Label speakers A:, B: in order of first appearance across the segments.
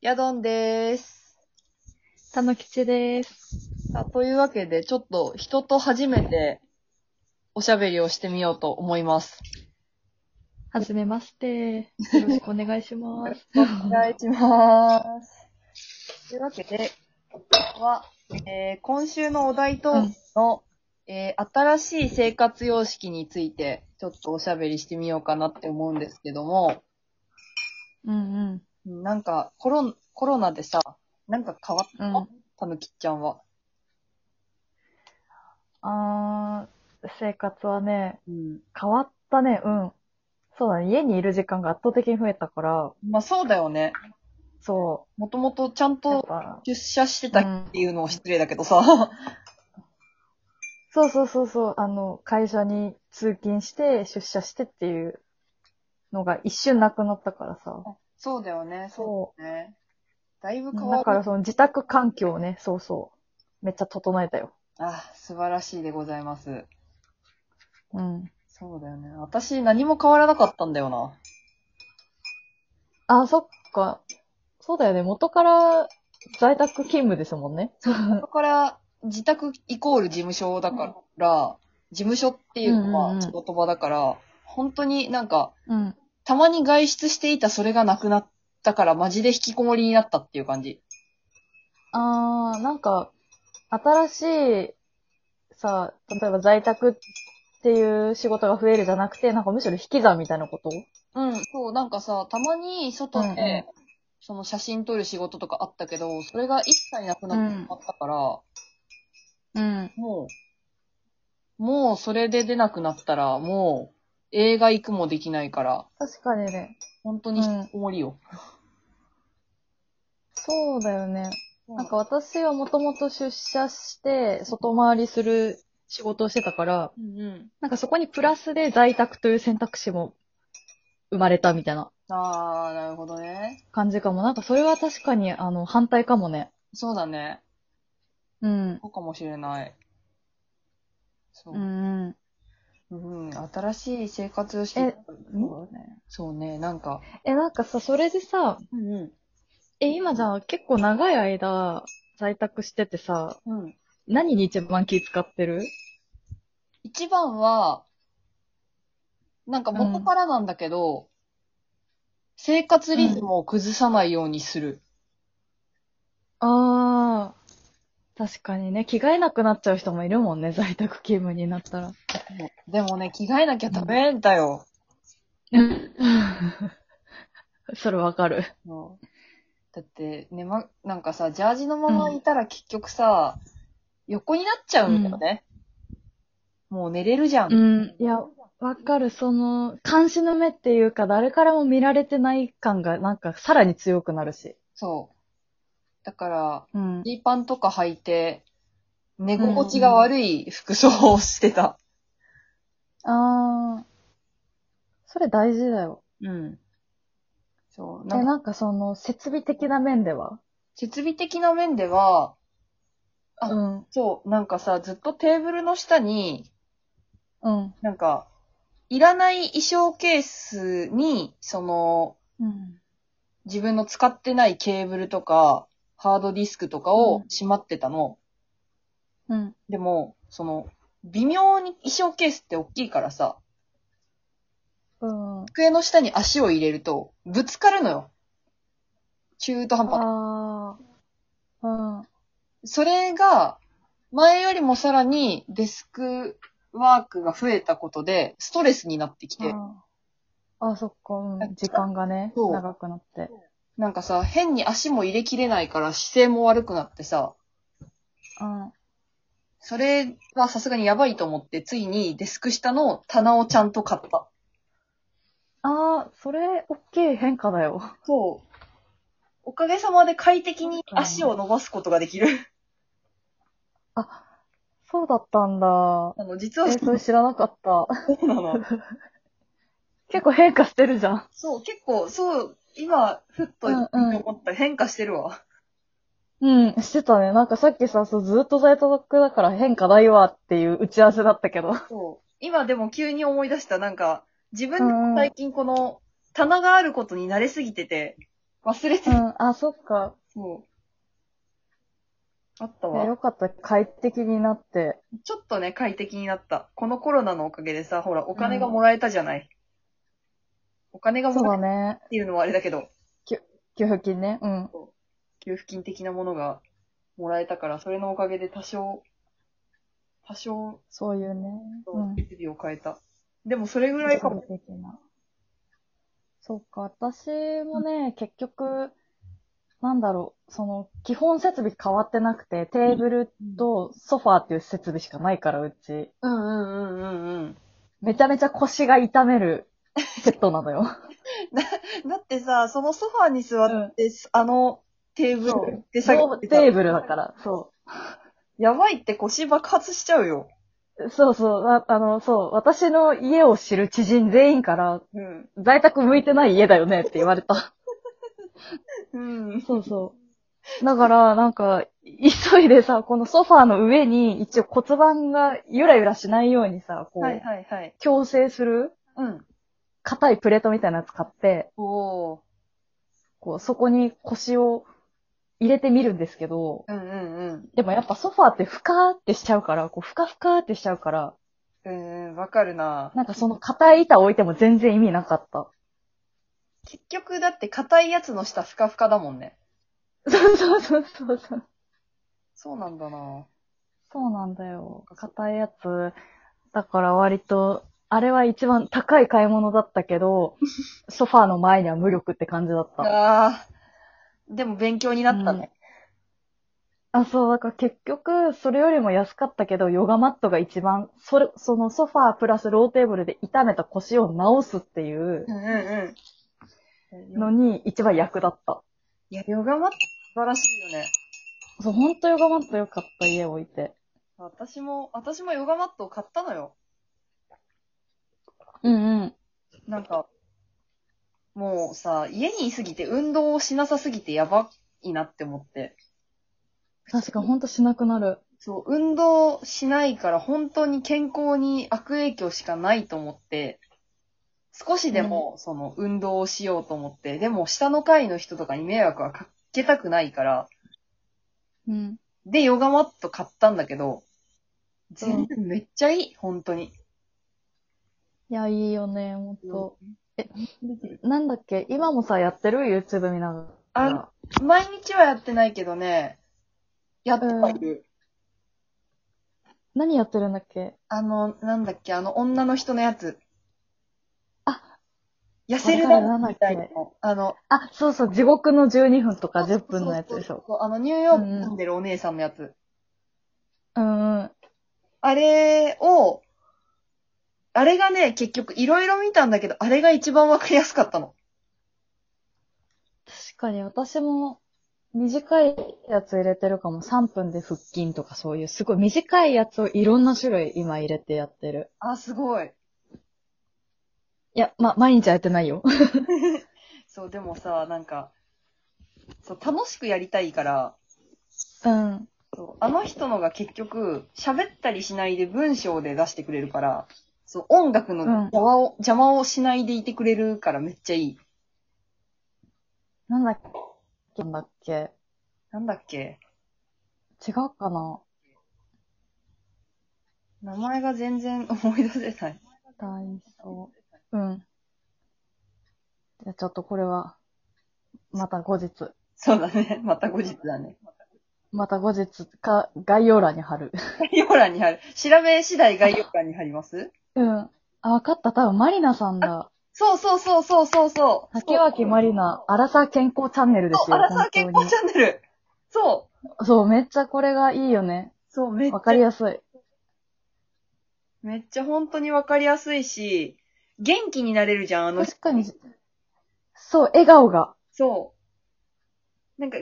A: やどんでーす。
B: たぬきちです。
A: さあ、というわけで、ちょっと人と初めておしゃべりをしてみようと思います。
B: はじめまして。よろしくお願いします。
A: お願いします。というわけで、は、えー今週のお題との、えー新しい生活様式について、ちょっとおしゃべりしてみようかなって思うんですけども、
B: うんうん。
A: なんか、コロン、コロナでさ、なんか変わった、
B: うん
A: たぬきっちゃんは。
B: あー、生活はね、
A: うん。
B: 変わったね、うん。そうだね、家にいる時間が圧倒的に増えたから、
A: まあそうだよね。
B: そ
A: もともとちゃん
B: う。やっ
A: と
B: ぱ、
A: 出社して
B: う
A: たっ
B: ん
A: て、いうのを失礼だけどさ。
B: そうそうそうそう、あの、会社に通勤して、出社してっていうのが一瞬なくなったからさ。
A: そうだよね、
B: そう
A: だね。だいぶ変わ
B: だ
A: る。
B: からその自宅環境をね、そうそう。めっちゃ整えたよ。
A: あ、素晴らしいでございます。
B: うん。
A: そうだよね。私何も変わらなかったんだよな。
B: あ、そっか。そうだよね。元から在宅勤務ですもんね。
A: そこから自宅イコール事務所だから、事務所っていうの
B: うんうんう
A: は
B: ん
A: 仕事場だから、本当になんか、
B: うん。
A: たまに外出していたそれがなくなったから、マジで引きこもりになったっていう感じ。
B: あー、なんか、新しい、さ、例えば在宅っていう仕事が増えるじゃなくて、なんかむしろ引き算みたいなこと
A: うん、そう、なんかさ、たまに外で、
B: うんうん
A: その写真撮る仕事とかあったけど、それが一切なくなってしまったから、
B: うん。
A: もう、もうそれで出なくなったら、もう映画行くもできないから、
B: 確かにね。
A: 本当に引きこもりよ。
B: そうだよね。
A: な
B: なんん
A: か、
B: か私はもともと出社して、外回りする仕事をしてたから、
A: うんうん。
B: なんかそこにプラスで在宅という選択肢も生まれたみたいな
A: あー、なるほどね。
B: 感じかも。なんかそれは確かに、あの、反対かもね。
A: そうだね。
B: うん。
A: そうかもしれない。そう
B: う。ん。
A: うん、新しい生活をして、
B: え
A: そうだね。そうね、なんか。
B: え、なんかさ、それでさ、
A: うんう
B: え、今じゃあ結構長い間在宅しててさ、
A: ん。うん。
B: 何に一番気使ってる
A: 一番は、なんか元からなんだけど、生活リズムを崩さないようにする。
B: あー。確かにね、着替えなくなっちゃう人もいるもんね、在宅勤務になったら。
A: でもね、着替えなきゃダメだよ。
B: それわかる。
A: そうだって、ね、ま、なんかさ、ジャージのままいたら結局さ、横になっちゃうんだよね。もう寝れるじゃん。
B: ん。いや、わかる。その、監視の目っていうか、誰からも見られてない感が、なんか、さらに強くなるし。
A: そう。だから、
B: うん。
A: ジーパンとか履いて、寝心地が悪い服装をしてた。
B: あー。それ大事だよ。
A: うん。そう。
B: え、
A: なんか
B: なんかその、設備的な面では
A: 設備的な面では、あ
B: うん。
A: そう、なんかさ、ずっとテーブルの下に、
B: うん。
A: なんか、いらない衣装ケースに、その、
B: うん。
A: 自分の使ってないケーブルとか、ハードディスクとかを
B: うん
A: しまってたの。
B: うん。
A: でも、その、微妙に衣装ケースって大きいからさ、
B: うん。
A: 机の下に足を入れると、ぶつかるのよ。中途半端な。
B: ああ。うん。
A: それが、前よりもさらにデスクワークが増えたことで、ストレスになってきて、
B: あー、そっか、うん。時間がね、
A: そう
B: 長くなって。
A: なんかさ、変に足も入れきれないから姿勢も悪くなってさ、
B: うん。
A: それはさすがにやばいと思って、ついにデスク下の棚をちゃんと買った。
B: ああ、それ、大きい変化だよ。
A: そう。おかげさまで快適に足を伸ばすことができる。
B: そうだったん だ。
A: あの、実は
B: え、
A: そ
B: それ知らなかった。
A: うなの。
B: 結構変化してるじゃん。
A: そう、結構、そう、今、ふっと
B: うんうん
A: 思った変化してるわ。
B: うん、してたね。なんかさっきさ、そうずっと在宅だから変化ないわっていう打ち合わせだったけど。
A: そう。今でも急に思い出した、なんか、自分で
B: うんう
A: も
B: ん
A: 最近この、棚があることに慣れすぎてて、忘れて
B: う
A: た。
B: ん、あ、そっか。
A: そう。あった
B: いや
A: わ
B: よ。かった。快適になって。
A: ちょっとね、快適になった。このコロナのおかげでさ、ほら、お金がもらえたじゃない。お金が
B: そう
A: もら
B: だ
A: えたっ
B: ね。
A: ていうのはあれだけど、
B: 給付金ね。うん。
A: 給付金的なものがもらえたから、それのおかげで多少、多少、
B: そういうね。うん。
A: 設備を変えた。でもそれぐらいかも。
B: 快適な。そうか、私もね、結局、なんだろう、その、基本設備変わってなくて、テーブルとソファーっていう設備しかないから、うち。
A: うんうんうんうんうん。
B: めちゃめちゃ腰が痛め るセットなのよ。
A: だってさ、そのソファーに座って、あのテーブ
B: そ
A: ル
B: う
A: で
B: テ
A: 作業してた
B: ーブルだから、そう。
A: やばいって腰爆発しちゃうよ。
B: そうそう、ああの、そう、私の家を知る知人全員から、
A: うん。
B: 在宅向いてない家だよねって言われた。
A: うん。
B: そうそう。だから、なんか、急いでさ、このソファーの上に、一応骨盤がゆらゆらしないようにさ、こう、
A: はいはいはい。
B: 矯正する
A: うん。
B: 硬いプレートみたいなの使って、
A: おー。
B: こう、そこに腰を入れてみるんですけど、
A: うんうんうん。
B: でもやっぱソファーってふかーってしちゃうから、こう、ふかふかーってしちゃうから、
A: うんうん、わかるな
B: なんかその硬い板を置いても全然意味なかった。
A: 結局だって硬いやつの下ふかふかだもんね。
B: そうそうそうそうそう。
A: そうなんだな
B: そうなんだよ。硬いやつ。だから割と、あれは一番高い買い物だったけ ど、ソファーの前には無力って感じだった。
A: あー。でも勉強になったね。
B: あ、そう、だから結局、それよりも安かったけど、ヨガマットが一番、それ、そのソファープラスローテーブルで痛めた腰を治すっていう
A: うんうんうん。
B: のに一番役立った。
A: いや、ヨガマット素晴らしいよね。
B: そう、ほんとヨガマット良かった、家置いて。
A: 私も、私もヨガマットを買ったのよ。
B: うんうん。
A: なんか、もうさ、家にいすぎて運動をしなさすぎてやばいなって思って。
B: 確かほんとしなくなる。
A: そう、運動しないから本当に健康に悪影響しかないと思って、少しでもその運動をしようと思って、でも下の階の人とかに迷惑はかけたくないから、
B: うん。
A: で、ヨガマット買ったんだけど、全然めっちゃいい、本当に。
B: いや、いいよね、ほんと。え
A: できる
B: なんだっけ、今もさ、やってる ?YouTube 見ながら。
A: あ毎日はやってないけどね、やってはいる。
B: 何やってるんだっけ
A: あの、なんだっけ、あの、女の人のやつ。
B: あ
A: 痩せるダンスみたいなの。あの、
B: あ、そうそう、地獄の12分とか
A: そう
B: 10分のやつでし
A: そう
B: ょ。
A: そうあの、ニューヨークに住んでるお姉さんのやつ。
B: うんうん。
A: あれを、あれがね、結局いろいろ見たんだけど、あれが一番わかりやすかったの。
B: 確かに私も短いやつ入れてるかも。3分で腹筋とかそういう、すごい短いやつをいろんな種類今入れてやってる。
A: あ、すごい。
B: いや、ま、毎日はやってないよ。
A: そう、でもさ、なんか、そう、楽しくやりたいから、
B: うん。
A: そうあの人のが結局、喋ったりしないで文章で出してくれるから、そう、音楽の邪魔を、邪魔をしないでいてくれるからめっちゃいい。
B: なんだっけなんだっけ
A: なんだっけ
B: 違うかな
A: 名前が全然思い出せない。
B: ダイソー。うん。じゃあちょっとこれは、また後日。
A: そうだね。また後日だね。
B: また後日か、概要欄に貼る。
A: 概要欄に貼る。調べ次第概要欄に貼ります
B: うん。あ、わかった。多分、マリナさんだ。
A: そうそうそうそうそうそう。
B: 竹脇マリナ、アラサー健康チャンネルです
A: そう、
B: よ。
A: アラサー健康チ
B: ャン
A: ャンネル。そう。
B: ネル。そう、めっちゃこれがいいよね。
A: そう、めっ
B: わかり
A: ちゃ、
B: やすい。
A: めっちゃ本当にわかりやすいし、元気になれるじゃん、あの人。
B: 確かに、そう、笑顔が。
A: そう。なんか、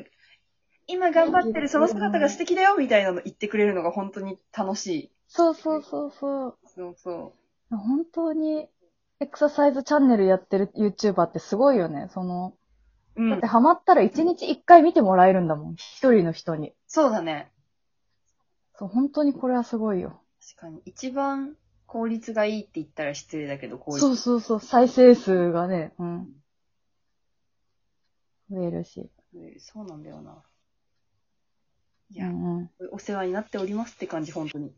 A: 今頑張ってるその姿が素敵だよ、みたいなの言ってくれるのが本当に楽しい。
B: そうそうそうそう。
A: そうそ
B: 本当に、エクササイズチャンネルやってる YouTuber ってすごいよね。その、
A: う。う
B: だっ
A: ん
B: て。ハマったら1日1回見てもらえるんだもん。一人の人に。
A: そうだね。
B: そう、本当にこれはすごいよ。
A: 確かに。一番効率がいいって言ったら失礼だけど、効率。
B: そうそうそう、再生数がね、うん。増えるし。
A: そうなんだよな。いうや、
B: んうん
A: お世話になっておりますって感じ、本当に。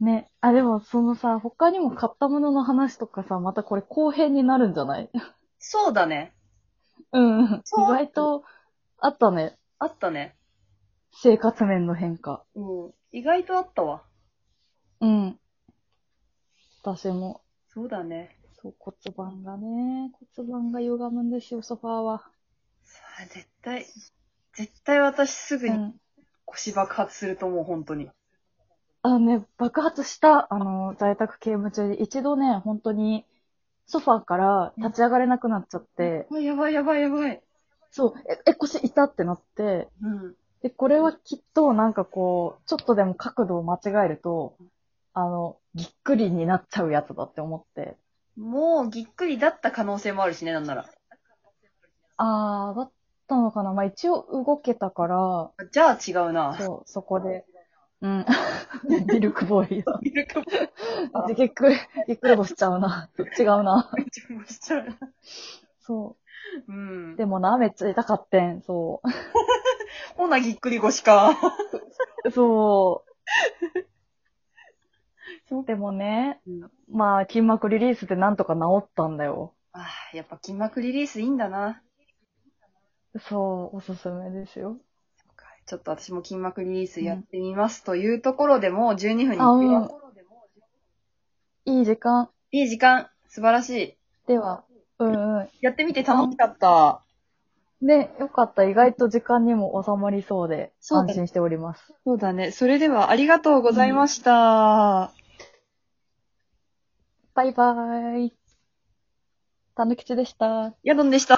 B: ね。あ、でもそのさ、他にも買ったものの話とかさ、またこれ後編になるんじゃない
A: そうだね。
B: うん。 意
A: そう
B: 外と、あったね。
A: あったね。
B: 生活面の変化。
A: うん。意外とあったわ。
B: うん。私も。
A: そうだね。
B: そう、骨盤がね、骨盤が歪むんですよ、ソファーは。
A: さあ、絶対、絶対私すぐ
B: う
A: に
B: ん。
A: 腰爆発すると思う、本当に。
B: あのね、爆発した、あの、在宅刑務中で、一度ね、本当に、ソファーから立ち上がれなくなっちゃって、
A: あやばいやばいやばい。
B: そう、え、え、腰痛ってなって、
A: うん。
B: で、これはきっと、なんかこう、ちょっとでも角度を間違えると、あの、ぎっくりになっちゃうやつだって思って。
A: もうぎっくりだった可能性もあるしね、なんなら。
B: あー、だったのかな。まあ、一応動けたから、
A: じゃあ違うな。
B: そう、そこで、うん。 ミルクボー イだ。
A: ミルクボーイあ
B: で、ぎっくり、ぎっくり腰しちゃうな。違うな。
A: めっちゃしちゃう。
B: そ
A: うん
B: う。。でもな、めっちゃ痛かってん。そ
A: ほなぎっくり腰か。
B: う。 そ
A: そう
B: う。でもね、
A: ん、
B: まあ、筋膜リリースでなんとか治ったんだよ。
A: あーやっぱ筋膜リリースいいんだな。
B: そう、おすすめですよ。
A: ちょっと私も筋膜リリースやってみますというところでもう12分に、
B: あうんいい時間。
A: いい時間。素晴らしい。
B: では、うんう
A: やってみて楽しかった。
B: ん。ね、よかった。意外と時間にも収まりそうで、
A: そうだね
B: 安心しております。
A: そうだね。それではありがとうございました。
B: バイバーイ。たぬきちでした。
A: ヤドンでした。